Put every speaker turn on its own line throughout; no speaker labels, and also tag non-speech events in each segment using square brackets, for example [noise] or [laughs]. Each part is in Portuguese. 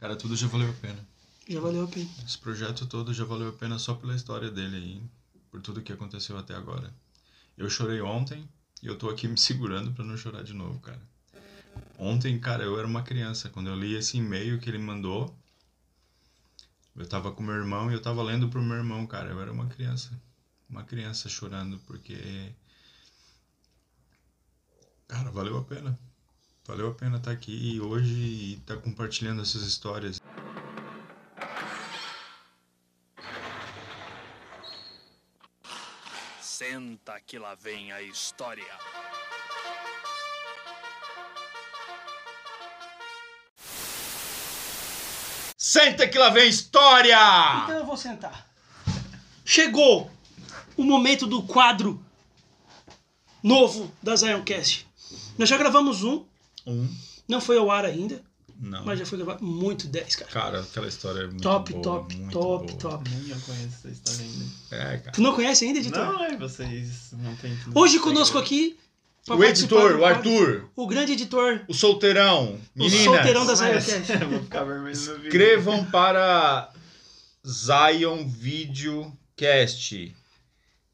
Cara, tudo já valeu a pena.
Já valeu a pena.
Esse projeto todo já valeu a pena só pela história dele aí, por tudo que aconteceu até agora. Eu chorei ontem e eu tô aqui me segurando pra não chorar de novo, cara. Ontem, cara, eu era uma criança. Quando eu li esse e-mail que ele mandou, eu tava com meu irmão e eu tava lendo pro meu irmão, cara. Eu era uma criança. Uma criança chorando porque. Cara, valeu a pena. Valeu a pena estar aqui e hoje e estar compartilhando essas histórias.
Senta que lá vem a história.
Senta que lá vem história!
Então eu vou sentar. Chegou o momento do quadro novo da Zioncast. Nós já gravamos um,
Um.
não foi ao ar ainda,
Não.
mas já foi gravado muito 10, cara.
Cara, aquela história é muito
top,
boa,
top,
muito
top,
boa.
top.
Nem eu conheço essa história ainda.
É, cara.
Tu não conhece ainda, editor?
Não, é, vocês não têm. não
Então. Hoje
têm-
conosco aqui... pra
O
participar
editor,
do
o
quadro,
Arthur,
O grande editor,
o solteirão, meninas,
solteirão da-
Mas- [laughs]
Zaiocast.
Eu Vou ficar vermelho no vídeo.
escrevam para Zion Video Cast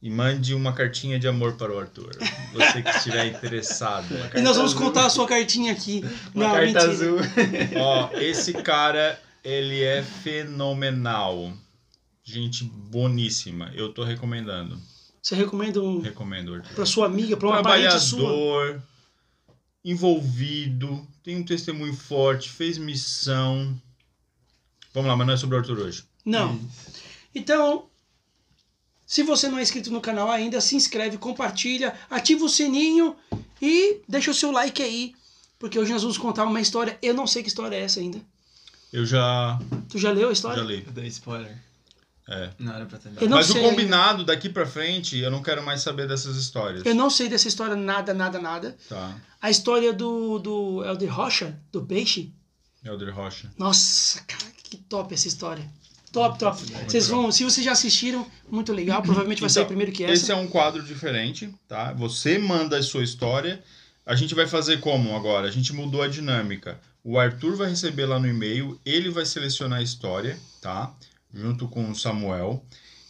e mande uma cartinha de amor para o Arthur. Você que estiver interessado.
[laughs] e nós vamos
azul.
contar a sua cartinha
[laughs]
aqui.
Uma
não,
carta
mentira.
azul.
Ó, esse cara, ele é fenomenal. Gente boníssima. Eu tô recomendando.
Você recomenda um
Recomendo, Arthur.
pra sua amiga, pra uma parente sua?
trabalhador, envolvido, tem um testemunho forte, fez missão. Vamos lá, mas não é sobre o Arthur hoje.
Não. Então, se você não é inscrito no canal ainda, se inscreve, compartilha, ativa o sininho e deixa o seu like aí. Porque hoje nós vamos contar uma história. Eu não sei que história é essa ainda.
Eu já,
Tu já leu a
já
história?
li.
Eu dei spoiler.
É.
Não era pra ter dado.
Eu não
mas o
sei
combinado daqui pra frente, eu não quero mais saber dessas histórias.
Eu não sei dessa história nada, nada, nada.
Tá.
A história do, do Elder Rocha, do peixe.
Elder Rocha.
Nossa, cara, que top essa história. Top, top. Vocês vão, se vocês já assistiram, muito legal. Provavelmente vai sair
Então,
primeiro que
Esse
essa.
é um quadro diferente, tá? Você manda a sua história. A gente vai fazer como agora? A gente mudou a dinâmica. O Arthur vai receber lá no e-mail, ele vai selecionar a história, tá? Junto com o Samuel.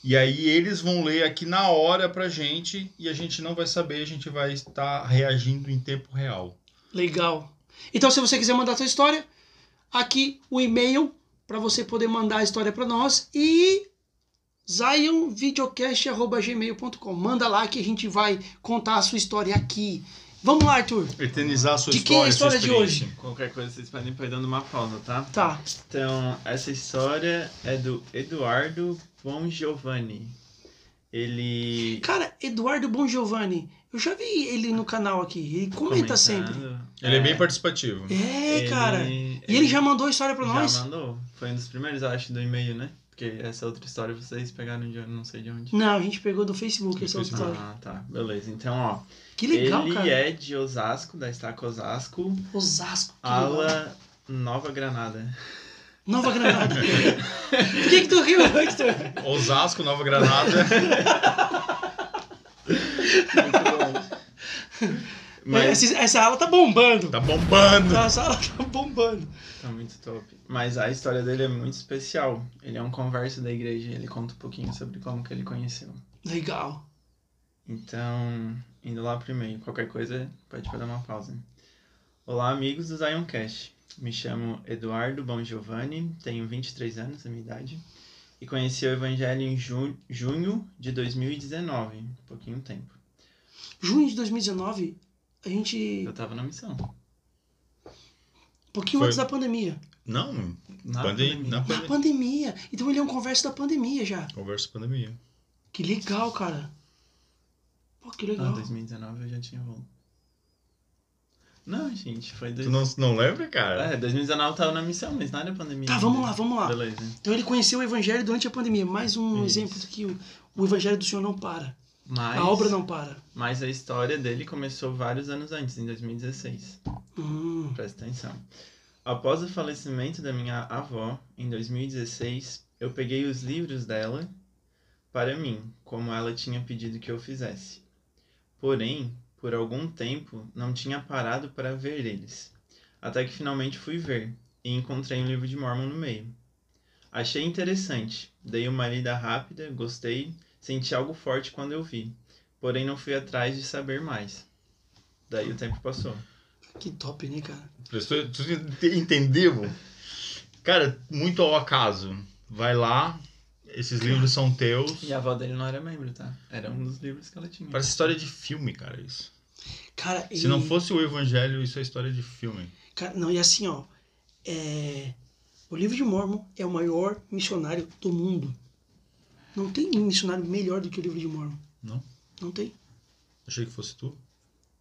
E aí eles vão ler aqui na hora pra gente e a gente não vai saber, a gente vai estar reagindo em tempo real.
Legal. Então, se você quiser mandar a sua história, aqui o e-mail para você poder mandar a história para nós e zionvideocast.gmail.com. Manda lá que a gente vai contar a sua história aqui. Vamos lá, Arthur.
Eternizar a sua
De quem é a
história. sua
história de hoje?
experiência.
Qualquer coisa vocês podem pôr dando uma pausa, tá?
Tá.
Então, essa história é do Eduardo Bon Giovanni. Ele.
Cara, Eduardo Bon Giovanni, eu já vi ele no canal aqui. Ele comenta
comentando,
sempre.
Ele é, bem participativo.
É, cara. E
E
ele, já mandou a história para nós?
Já mandou. Foi um dos primeiros, eu acho, do e-mail, né? Porque essa outra história vocês pegaram de não sei de onde.
Não, a gente pegou do Facebook
Do
essa outra
Facebook.
história.
Ah, tá. Beleza. Então, ó.
Que legal,
ele
cara.
é de Osasco, da Estaca Osasco,
Osasco. que legal.
ala Nova
[laughs]
Granada.
Nova Granada. Por que, que tu riu, Hector?
Osasco, Nova Granada. [laughs]
Muito bom. [laughs] Mas
Essa, essa aula tá bombando.
tá bombando.
Essa aula tá bombando.
tá muito top. Mas a história dele é muito especial. Ele é um converso da igreja, ele conta um pouquinho sobre como que ele conheceu.
Legal.
Então, indo lá pro e-mail, qualquer coisa pode dar uma pausa. Olá, amigos do Zioncast. Me chamo Eduardo Bom Giovanni, tenho 23 anos, a minha idade, e conheci o evangelho em ju- junho de 2019, pouquinho tempo.
Junho de 2019, a gente.
Eu tava na missão.
Um pouquinho
Foi.
antes da pandemia.
Não, Pande-
Na pandemia.
na
Na
pandemia.
pandemia. Então ele é um converso da pandemia já.
Conversa pandemia.
Que legal, cara. Pô, que
Ah,
legal. Tá,
2019 eu já tinha voltado. Não, gente, foi... Dois...
Tu não, não lembra, cara?
É, 2019 eu tava na missão, mas nada é pandemia.
Tá, vamos lá, vamos lá.
Beleza.
Então ele conheceu o evangelho durante a pandemia. Mais um
Isso.
exemplo de que o, o evangelho do Senhor não para.
Mas...
A obra não para.
Mas a história dele começou vários anos antes, em 2016.
Hum,
Presta atenção. Após o falecimento da minha avó, em 2016, eu peguei os livros dela para mim, como ela tinha pedido que eu fizesse. Porém, por algum tempo, não tinha parado para ver eles. Até que finalmente fui ver, e encontrei um livro de Mormon no meio. Achei interessante, dei uma lida rápida, gostei, senti algo forte quando eu vi, porém não fui atrás de saber mais. Daí o tempo passou.
Que top, né, cara?
Prestou- tu ente- entendeu? Cara, muito ao acaso. Vai lá, esses livros são teus.
E a avó dele não era membro, tá? Era um dos livros que ela tinha.
Parece história de filme, cara, isso.
Cara,
Se não fosse o Evangelho, isso é história de filme.
Cara, não, e assim, ó. é, O livro de Mormon é o maior missionário do mundo. Não tem um missionário melhor do que o livro de Mormon.
Não?
Não tem.
Achei que fosse tu.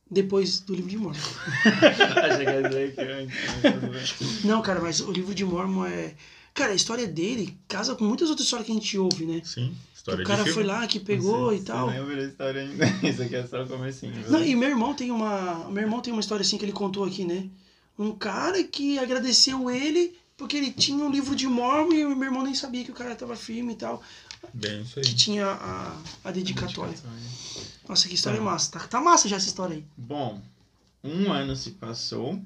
Depois do livro de Mormon.
Achei que ia dizer que antes.
Não, cara, mas o livro de Mormon é. Cara, a história dele casa com muitas outras histórias que a gente ouve, né?
Sim,
Que
história
o
de
cara
filme.
foi lá, que pegou e tal.
Não lembro da história ainda. [laughs] Isso aqui é só o comecinho. viu?
Não, e meu irmão tem uma. Meu irmão tem uma história assim que ele contou aqui, né? Um cara que agradeceu ele porque ele tinha um livro de Mormon e o meu irmão nem sabia que o cara tava firme e tal.
Bem, isso
Que
aí.
tinha a, a dedicatória.
Dedicatória.
Nossa, que história massa. Tá, tá massa já essa história aí.
Bom, um ano se passou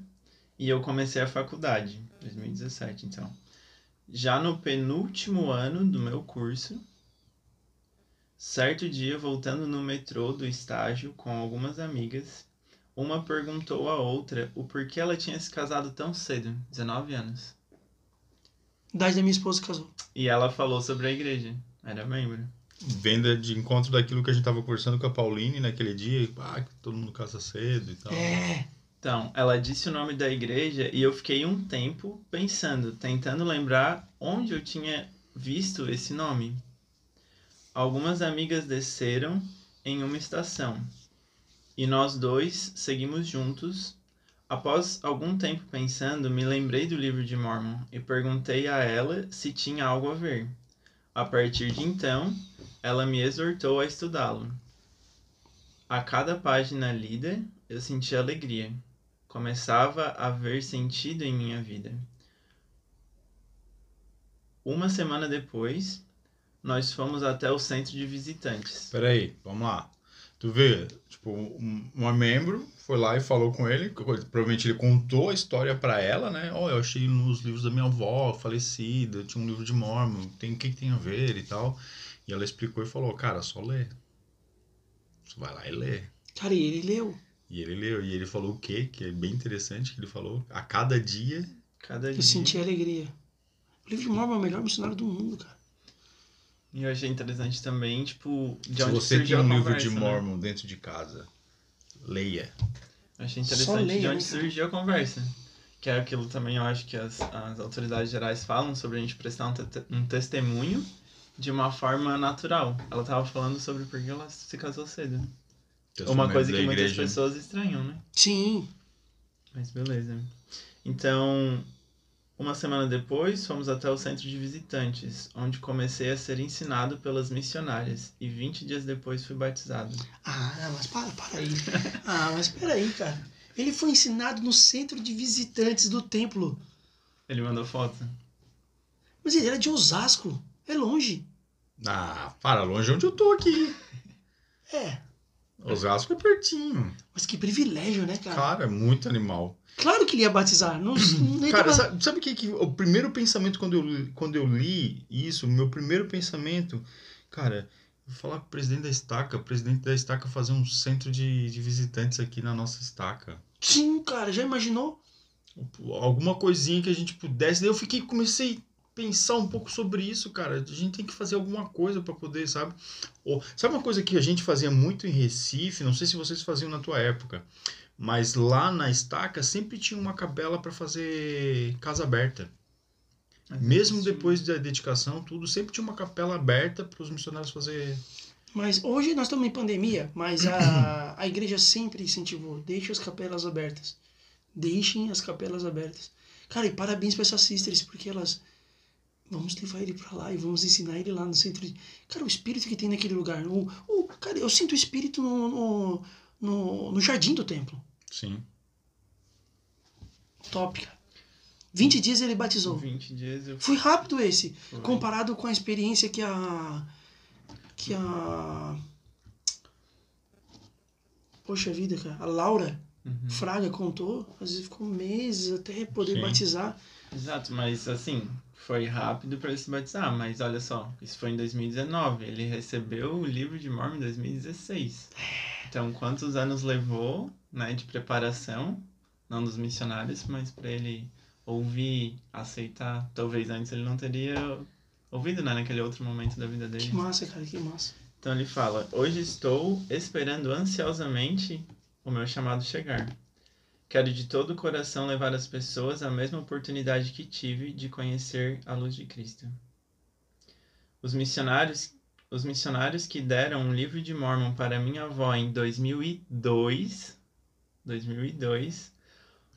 e eu comecei a faculdade, 2017, então. Já no penúltimo ano do meu curso, certo dia, voltando no metrô do estágio com algumas amigas, uma perguntou à outra o porquê ela tinha se casado tão cedo, 19 anos.
Idade da minha esposa que casou.
E ela falou sobre a igreja. Era membro.
Venda de encontro daquilo que a gente tava conversando com a Pauline naquele dia. e, Ah, que todo mundo casa cedo e tal.
É.
Então, ela disse o nome da igreja e eu fiquei um tempo pensando, tentando lembrar onde eu tinha visto esse nome. Algumas amigas desceram em uma estação e nós dois seguimos juntos. Após algum tempo pensando, me lembrei do livro de Mormon e perguntei a ela se tinha algo a ver. A partir de então, ela me exortou a estudá-lo. A cada página lida, eu senti alegria. Começava a haver sentido em minha vida. Uma semana depois, nós fomos até o centro de visitantes.
Peraí, vamos lá. Tu vê, tipo, um- uma membro foi lá e falou com ele, co- provavelmente ele contou a história pra ela, né? Ó, eu achei nos livros da minha avó falecida, tinha um livro de Mormon, tem o que, que tem a ver e tal. E ela explicou e falou, cara, só lê. Só vai lá e lê.
Cara, e ele leu.
E ele leu, e ele falou o quê? Que é bem interessante que ele falou. A cada dia,
Cada
Eu
dia.
senti alegria. O livro de Mormon é o melhor missionário do mundo, cara.
E eu achei interessante também, tipo, de
se
onde
você tem
surgiu
um
a
livro
conversa,
de
né?
Mormon dentro de casa, leia.
Eu Achei
Só
interessante
leia,
de
né,
onde
cara?
surgiu a conversa. Que é aquilo também, eu acho que as, as autoridades gerais falam sobre a gente prestar um, te- um testemunho de uma forma natural. Ela tava falando sobre por que ela se casou cedo. Uma coisa que
da
muitas
igreja.
pessoas estranham, né?
Sim.
Mas beleza. Então, uma semana depois, fomos até o centro de visitantes, onde comecei a ser ensinado pelas missionárias. E 20 dias depois fui batizado.
Ah, mas para, para aí. Ah, mas pera aí, cara. Ele foi ensinado no centro de visitantes do templo.
Ele mandou foto.
Mas ele era de Osasco. É longe.
Ah, para longe onde eu tô aqui.
É.
Osasco é pertinho.
Mas que privilégio, né, cara?
Cara, é muito animal.
Claro que ele ia batizar. Não, não ia
Cara,
tomar-
sabe, sabe o que, que o primeiro pensamento quando eu, quando eu li isso, o meu primeiro pensamento, cara, eu vou falar com o presidente da estaca, o presidente da estaca fazer um centro de, de visitantes aqui na nossa estaca.
Sim, cara. Já imaginou?
Alguma coisinha que a gente pudesse. Daí eu fiquei, comecei a pensar um pouco sobre isso, cara. A gente tem que fazer alguma coisa pra poder, sabe? Ou, sabe uma coisa que a gente fazia muito em Recife, não sei se vocês faziam na tua época, mas lá na estaca sempre tinha uma capela para fazer casa aberta.
Mas
Mesmo
isso-
depois da dedicação, tudo, sempre tinha uma capela aberta para os missionários fazer.
Mas hoje nós estamos em pandemia, mas a, a igreja sempre incentivou. Deixe as capelas abertas. Deixem as capelas abertas. Cara, e parabéns para essas sisters, porque elas... Vamos levar ele para lá e vamos ensinar ele lá no centro. de- Cara, o espírito que tem naquele lugar. O, o, cara, eu sinto o espírito no, no, no, no jardim do templo.
Sim.
Top, cara. 20 dias ele batizou.
20 dias eu
Foi rápido esse,
fui.
comparado com a experiência que a. Que a. Poxa vida, cara. A Laura
Uhum.
Fraga contou, às vezes ficou meses até poder
Sim.
batizar.
Exato, mas assim, foi rápido pra ele se batizar, mas olha só, isso foi em 2019, ele recebeu o livro de Mormon em 2016. Então, quantos anos levou, né, de preparação, não dos missionários, mas pra ele ouvir, aceitar, talvez antes ele não teria ouvido, né, naquele outro momento da vida dele.
Que massa, cara, que massa.
Então ele fala: Hoje estou esperando ansiosamente o meu chamado chegar. Quero de todo o coração levar às pessoas a mesma oportunidade que tive de conhecer a luz de Cristo. Os missionários, os missionários que deram um livro de Mormon para minha avó em 2002, 2002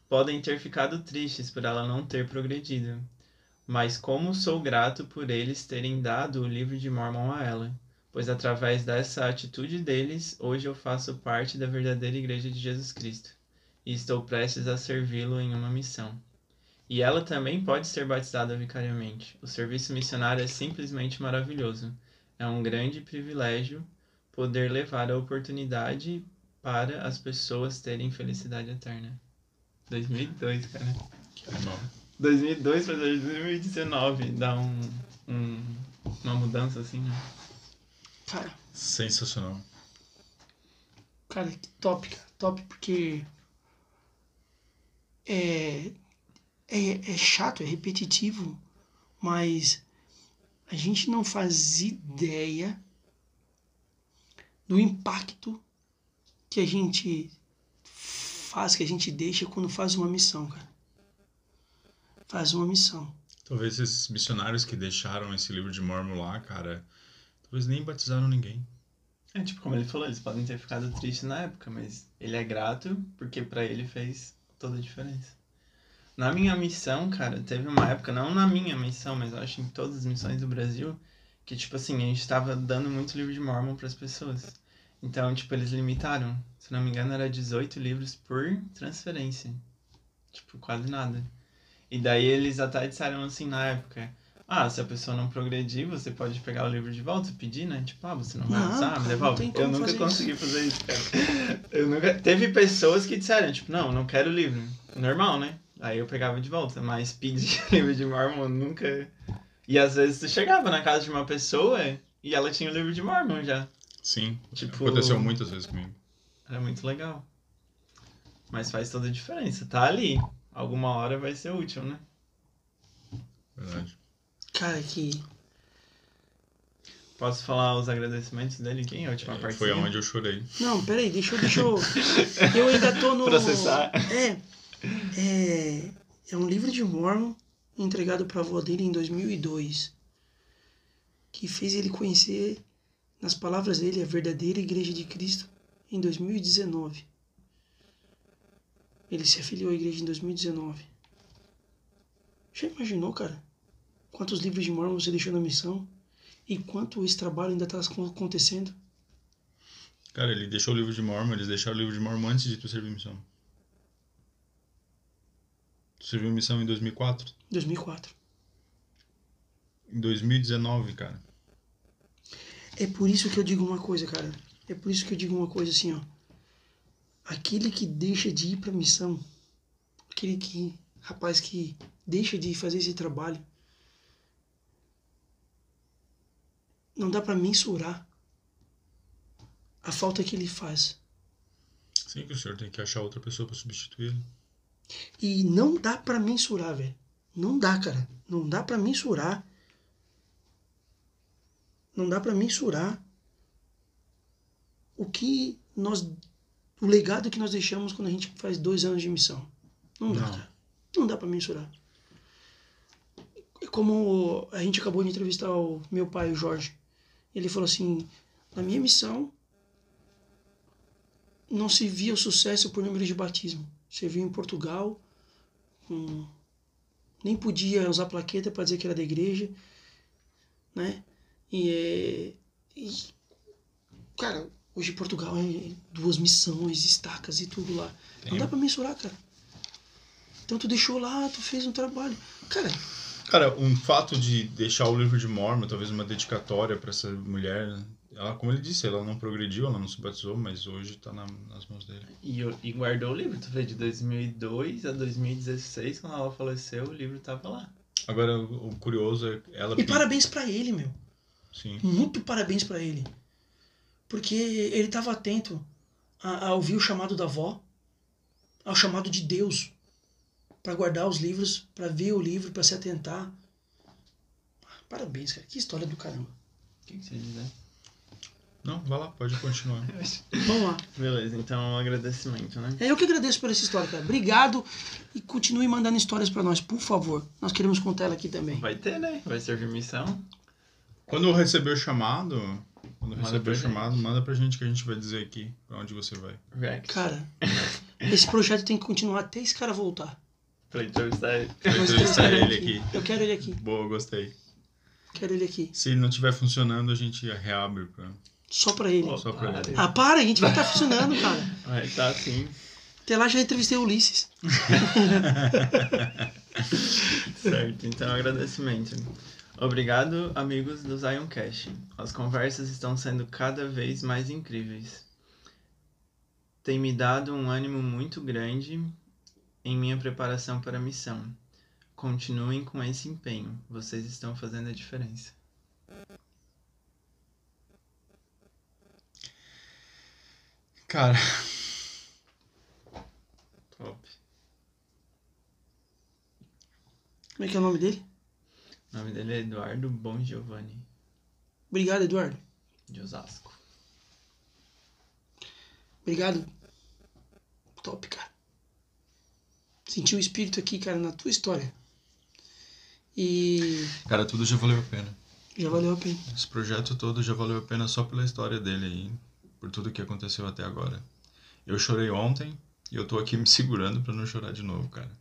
podem ter ficado tristes por ela não ter progredido. Mas como sou grato por eles terem dado o livro de Mormon a ela pois através dessa atitude deles, hoje eu faço parte da verdadeira Igreja de Jesus Cristo e estou prestes a servi-lo em uma missão. E ela também pode ser batizada vicariamente. O serviço missionário é simplesmente maravilhoso. É um grande privilégio poder levar a oportunidade para as pessoas terem felicidade eterna. 2002, cara.
Que animal.
2002 para 2019 dá um, um, uma mudança assim, né?
Cara,
Sensacional.
Cara, que top, cara. Top porque. É, é, é chato, é repetitivo, mas a gente não faz ideia do impacto que a gente faz, que a gente deixa quando faz uma missão, cara. Faz uma missão.
Talvez esses missionários que deixaram esse livro de Mormon lá, cara, talvez nem batizaram ninguém.
É, tipo, como ele falou, eles podem ter ficado tristes na época, mas ele é grato porque pra ele fez toda a diferença. Na minha missão, cara, teve uma época, não na minha missão, mas eu acho em todas as missões do Brasil, que, tipo assim, a gente tava dando muito livro de Mormon pras pessoas. Então, tipo, eles limitaram. Se não me engano, era 18 livros por transferência. Tipo, quase nada. E daí eles até disseram assim na época. Ah, se a pessoa não progredir, você pode pegar o livro de volta e pedir, né? Tipo, ah, você não vai
Não,
usar,
cara,
me
não
devolve.
tem como
eu nunca
fazer
consegui fazer isso, cara. Eu nunca... Teve pessoas que disseram, tipo, não, não quero o livro. Normal, né? Aí eu pegava de volta, mas pedir [laughs] livro de Mormon nunca... E às vezes tu chegava na casa de uma pessoa e ela tinha o livro de Mormon já.
Sim.
Tipo-
Aconteceu muitas vezes comigo.
Era É muito legal. Mas faz toda a diferença, tá ali. Alguma hora vai ser útil, né?
Verdade.
Cara, que.
Posso falar os agradecimentos dele? Quem é a última
É,
parte?
foi onde eu chorei.
Não, peraí, deixa eu. Deixa eu... eu ainda tô no.
Processar.
É. É, é um livro de Mormon entregado para a avó dele em 2002, que fez ele conhecer, nas palavras dele, a verdadeira Igreja de Cristo em 2019. Ele se afiliou à igreja em 2019. Já imaginou, cara? Quantos livros de Mormon você deixou na missão? E quanto esse trabalho ainda está acontecendo?
Cara, ele deixou o livro de Mormon, eles deixaram o livro de Mormon antes de tu servir missão. Tu serviu missão em 2004?
2004.
Em 2019, cara.
É por isso que eu digo uma coisa, cara. É por isso que eu digo uma coisa assim, ó. Aquele que deixa de ir pra missão, aquele que, rapaz que deixa de fazer esse trabalho, não dá pra mensurar a falta que ele faz.
Sim que o senhor tem que achar outra pessoa pra substituir ele.
E não dá pra mensurar, velho. Não dá, cara. Não dá pra mensurar. Não dá pra mensurar o que nós. O legado que nós deixamos quando a gente faz dois anos de missão. Não dá,
Não.
cara. Não dá pra mensurar. E Como a gente acabou de entrevistar o meu pai, o Jorge, ele falou assim: na minha missão, não se via o sucesso por número de batismo. Serviu em Portugal, com- nem podia usar plaqueta para dizer que era da igreja, né? E, é- e, cara, hoje Portugal é duas missões, estacas e tudo lá. Não
Tem.
dá para mensurar, cara. Então tu deixou lá, tu fez um trabalho. Cara,
Cara, um fato de deixar o livro de Mormon, talvez uma dedicatória pra essa mulher, né? Ela, como ele disse, ela não progrediu, ela não se batizou, mas hoje tá na- nas mãos dele.
E, o- e guardou o livro. Tu vê, de 2002 a 2016, quando ela faleceu, o livro tava lá.
Agora, o o curioso é ela.
E parabéns pra ele, meu.
Sim.
Muito parabéns pra ele. Porque ele tava atento a, a ouvir o chamado da avó, ao chamado de Deus, Pra guardar os livros, pra ver o livro, pra se atentar. Parabéns, cara. Que história do caramba.
O que, que você né? ia dizer?
Não, vai lá, pode continuar.
Vamos lá.
Beleza, então é um agradecimento, né?
É eu que agradeço por essa história, cara. Obrigado e continue mandando histórias pra nós, por favor. Nós queremos contar ela aqui também.
Vai ter, né? Vai servir missão.
quando eu receber o chamado, quando eu
Manda
receber
pra
o
gente.
chamado, manda pra gente que a gente vai dizer aqui pra onde você vai.
Rex.
Cara, esse projeto tem que continuar até esse cara voltar.
Playtime Style.
Eu
Nós
entrevistar
queremos
ele aqui.
Eu quero ele aqui.
Boa, gostei.
Quero ele aqui.
Se ele não estiver funcionando, a gente reabre pra.
Só pra ele.
Só pra ele.
Ah, para, a gente vai estar funcionando, cara.
Vai tá sim.
Até lá já entrevistei o Ulisses.
Certo, então agradecimento. Obrigado, amigos do Zion Cash. As conversas estão sendo cada vez mais incríveis. Tem me dado um ânimo muito grande em minha preparação para a missão. Continuem com esse empenho, vocês estão fazendo a diferença.
Cara,
Top.
Como é que é o nome dele?
O nome dele é Eduardo Bon Giovanni,
Obrigado, Eduardo.
de Osasco.
Obrigado. Top, cara. Senti o espírito aqui, cara, na tua história. E
cara, tudo já valeu a pena.
já valeu a pena.
Esse projeto todo já valeu a pena só pela história dele aí, por tudo que aconteceu até agora. Eu chorei ontem e eu tô aqui me segurando pra não chorar de novo, cara.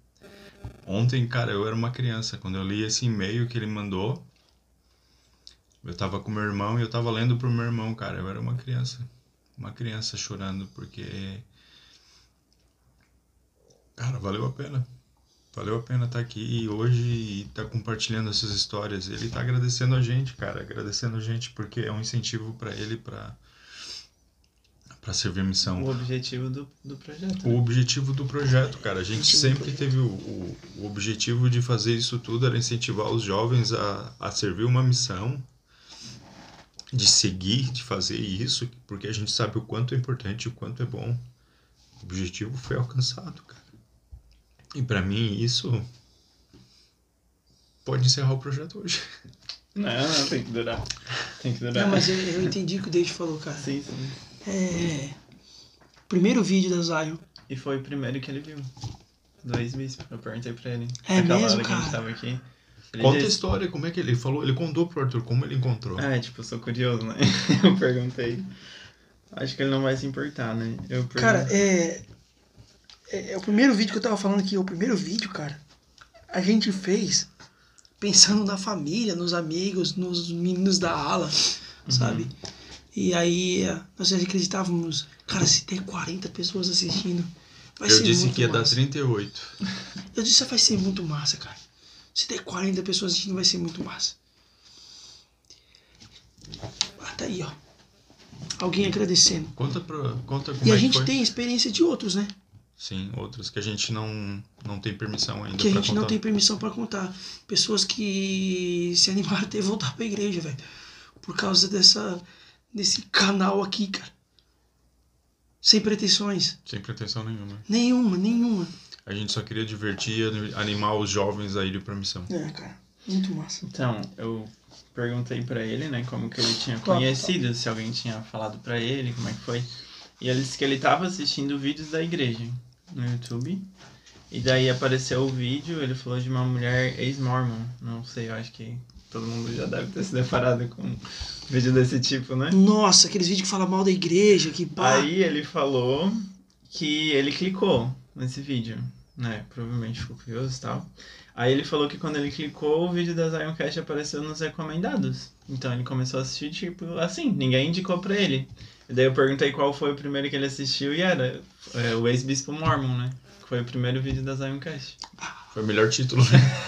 Ontem, cara, eu era uma criança. Quando eu li esse e-mail que ele mandou, eu tava com meu irmão e eu tava lendo pro meu irmão, cara. Eu era uma criança. Uma criança chorando porque. Cara, valeu a pena. Valeu a pena estar aqui e hoje estar compartilhando essas histórias. Ele tá agradecendo a gente, cara, agradecendo a gente porque é um incentivo para ele para para servir a missão.
O objetivo do, do projeto.
O objetivo do projeto, cara, a gente
Objetivo do
sempre
projeto.
teve o, o, o objetivo de fazer isso tudo era incentivar os jovens a, a servir uma missão, de seguir, de fazer isso, porque a gente sabe o quanto é importante, o quanto é bom. O objetivo foi alcançado, cara. E pra mim isso pode encerrar o projeto hoje.
Não, não, tem que durar. Tem que durar.
Não, mas eu, eu entendi o que o David falou, cara.
Sim, sim.
É. Primeiro vídeo da Zion.
E foi o primeiro que ele viu. Dois bis. Eu perguntei pra ele.
É
Aquela
mesmo,
hora que a gente
cara?
tava aqui. Ele
Conta a
disse,
história, como é que ele falou, ele contou pro Arthur como ele encontrou.
ah, é, tipo, eu sou curioso, né? [laughs] Eu perguntei. Acho que ele não vai se importar, né? Eu perguntei.
Cara, é, é. é o primeiro vídeo que eu tava falando aqui, é o primeiro vídeo, cara, a gente fez pensando na família, nos amigos, nos meninos da ala,
Uhum.
sabe? E aí é, nós acreditávamos, cara, se tem 40 pessoas assistindo, vai
Eu
ser
disse
muito
que ia dar
massa.
38.
Eu disse, "Ah, vai ser muito massa, cara. Se der 40 pessoas assistindo, vai ser muito massa. Ah, tá aí, ó. Alguém agradecendo.
Conta pra, conta como
E
é
a
que
gente
foi.
tem a experiência de outros, né?
Sim, outras que a gente não, não tem permissão ainda
que a
pra
gente
contar.
não tem permissão pra contar. Pessoas que se animaram até voltar pra igreja, velho. Por causa dessa desse canal aqui, cara. Sem pretensões.
Sem pretensão nenhuma.
Nenhuma, nenhuma.
A gente só queria divertir e animar os jovens a irem pra missão.
É, cara. Muito massa.
Então, eu perguntei pra ele, né, como que ele tinha
Top,
conhecido, se alguém tinha falado pra ele, como é que foi. E ele disse que ele tava assistindo vídeos da igreja no YouTube. E daí apareceu o vídeo, ele falou de uma mulher ex-mormon. Não sei, eu acho que todo mundo já deve ter se deparado com um vídeo desse tipo, né?
Nossa, aqueles vídeos que falam mal da igreja, que pá.
Aí ele falou que ele clicou nesse vídeo, né? Provavelmente ficou curioso e tal. Aí ele falou que quando ele clicou, o vídeo da Zion Cash apareceu nos recomendados. Então ele começou a assistir, tipo, assim, ninguém indicou pra ele. E daí eu perguntei qual foi o primeiro que ele assistiu e era é, o ex-bispo [laughs] Mormon, né? Que Foi o primeiro vídeo da Zion Cash.
Foi o melhor título, né?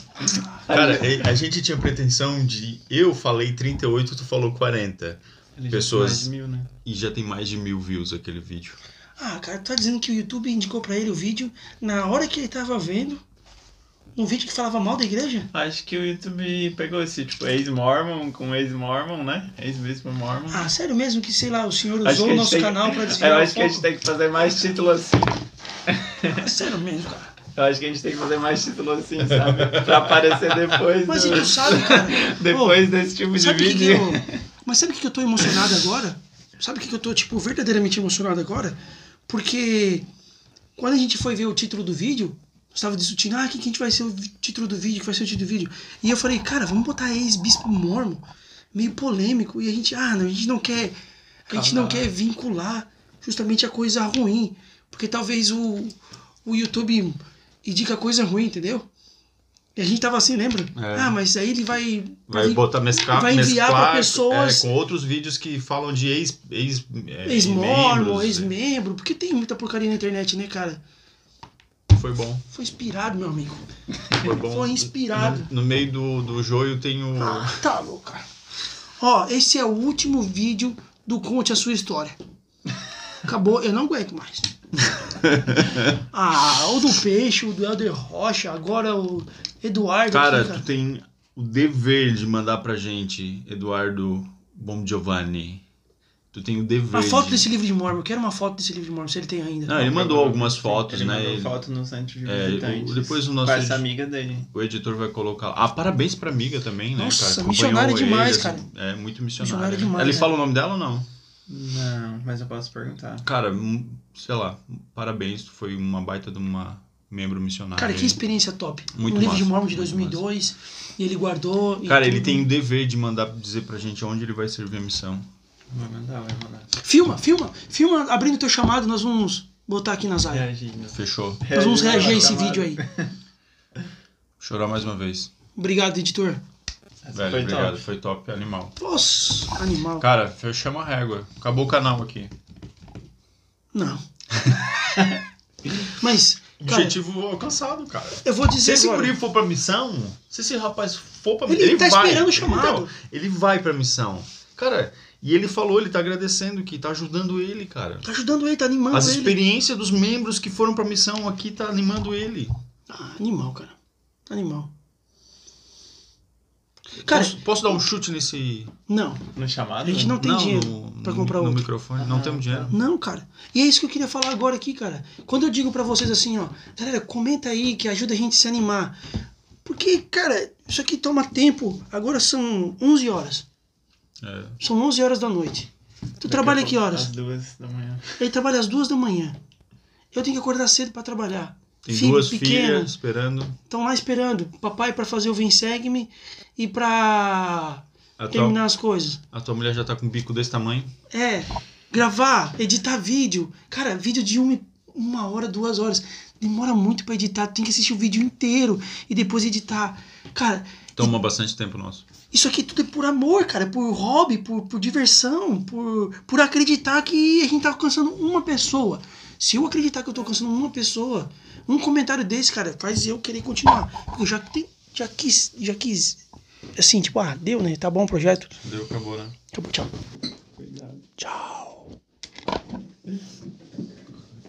[laughs] Cara, e- a gente tinha pretensão de. Eu falei 38, tu falou 40.
Ele já tem
Pessoas-
mais de mil, né?
E já tem mais de mil views aquele vídeo.
Ah, cara, tu tá dizendo que o YouTube indicou pra ele o vídeo na hora que ele tava vendo um vídeo que falava mal da igreja?
Acho que o YouTube pegou esse, tipo, ex-mormon com ex-mormon, né? Ex-bispo mormon.
Ah, sério mesmo que, sei lá, o senhor
Acho
usou
que a
o
gente
nosso
tem- É,
canal
[laughs]
pra
Eu
desviar o
acho que a
foco?
gente tem que fazer mais título assim.
Ah, sério mesmo,
[laughs]
cara.
Eu acho que a gente tem que fazer mais título assim, sabe? Pra aparecer depois
Mas e
do-
tu sabe, cara,
[laughs] depois desse tipo de
sabe o que, que
vídeo.
eu... Mas sabe o que que eu tô emocionado agora? Sabe o que que eu tô, tipo, verdadeiramente emocionado agora? Porque quando a gente foi ver o título do vídeo, eu estava discutindo, ah, o que, que a gente vai ser o vi- título do vídeo, que vai ser o título do vídeo. E eu falei, cara, vamos botar ex-bispo mormon, meio polêmico. E a gente, ah, não, a gente não quer. A gente não
Calma.
quer vincular justamente a coisa ruim. Porque talvez o, o YouTube indica coisa ruim, entendeu? E a gente tava assim, lembra?
É.
Ah, mas aí ele vai.
Vai
vin-
botar mescla,
vai enviar pra
mesclar,
pessoas-
é, com outros vídeos que falam de ex, ex, é,
Ex-mormon,
membros, né?
ex-membro, porque tem muita porcaria na internet, né, cara?
né? Foi bom.
Foi inspirado, meu amigo.
[laughs] Foi bom.
Foi inspirado.
No, no meio do, do joio tem o. [laughs]
Ah, tá louco, cara. Ó, esse é o último vídeo do Conte a Sua História. Acabou, eu não aguento mais. Ah, o do Peixe, o do Helder Rocha, agora o Eduardo. né, aqui,
Cara, tu tem o dever de mandar pra gente, Eduardo Bom Giovanni. Tu tem o dever.
Uma foto
de-
desse livro de Mormon, eu quero uma foto desse livro de Mormon, se ele tem ainda.
Não, ele mandou algumas
Ele
fotos, né?
mandou
Ele-
foto no centro de
É,
visitantes.
o- depois o nosso
Com essa
edi-
amiga dele.
O editor vai colocar. lá. Ah, parabéns pra amiga também, né,
Nossa,
cara? Acompanhou
missionária
ele,
demais,
assim, É, muito missionária.
Missionária
né?
demais,
Ele
né?
fala o nome dela ou não?
Não, mas eu posso perguntar.
Cara, hum, sei lá, parabéns, tu foi uma baita de uma membro missionária.
Cara, que
aí.
experiência top.
Ah, é. Muito
um livro
massa,
de Mormon de
muito
2002, e ele guardou. e
Cara, ele
tudo.
tem o dever de mandar dizer pra gente onde ele vai servir a missão.
Vai mandar, vai mandar.
Filma, filma, filma, abrindo teu chamado, nós vamos botar aqui nas áreas.
Reagindo.
Fechou.
Nós vamos
Reagindo,
reagir
é,
a esse
chamada.
vídeo aí.
Chorar mais uma vez.
Obrigado, editor.
Essa
Velho,
foi
obrigado.
top.
Foi top, animal.
Nossa, animal.
Cara, fechamos a régua. Acabou o canal aqui. [laughs]
Não. Mas, cara,
Objetivo alcançado, cara.
eu vou
Se
dizer
esse
agora.
guri for pra missão, se esse rapaz for pra
Ele tá esperando o chamado.
Então, ele vai pra missão. Cara, e ele falou, ele tá agradecendo que tá ajudando ele, cara.
Tá ajudando ele, tá animando
As
ele.
experiências dos membros que foram pra missão aqui tá animando ele.
Ah, animal, cara. Animal. Cara,
posso, posso dar um chute nesse.
não.
No
A
chamado?
gente não tem dinheiro
no,
pra
no-
comprar
no
outro.
microfone.
Ah,
não temos dinheiro.
Não, cara. E é isso que eu queria falar agora aqui, cara. Quando eu digo pra vocês assim, ó, galera, comenta aí que ajuda a gente a se animar. Porque, cara, isso aqui toma tempo. Agora são 11 horas.
É.
Ah. São 11 horas da noite. Tu
Daqui
trabalha
a
que
pouco,
horas?
Às duas da manhã.
Ele trabalha às duas da manhã. Eu tenho que acordar cedo pra trabalhar.
Tem
Filho
duas
pequeno.
filhas esperando.
Estão lá esperando. Papai pra fazer o Vem Segue-me e pra
A tua,
terminar as coisas.
a tua mulher já tá com um bico desse tamanho.
É, gravar, editar vídeo. Cara, vídeo de uma, uma hora, duas horas. Demora muito pra editar. Tu tem que assistir o vídeo inteiro e depois editar. Cara,
Toma bastante tempo nosso.
isso aqui tudo é por amor, cara. Por hobby, por, por diversão, por, por acreditar que a gente tá alcançando uma pessoa. Se eu acreditar que eu tô alcançando uma pessoa, um comentário desse, cara, faz eu querer continuar. Porque eu já, te, já quis, já quis. Assim, tipo, ah, deu, né? Tá bom o projeto.
Deu, acabou, né?
Acabou, tchau.
Cuidado.
Tchau.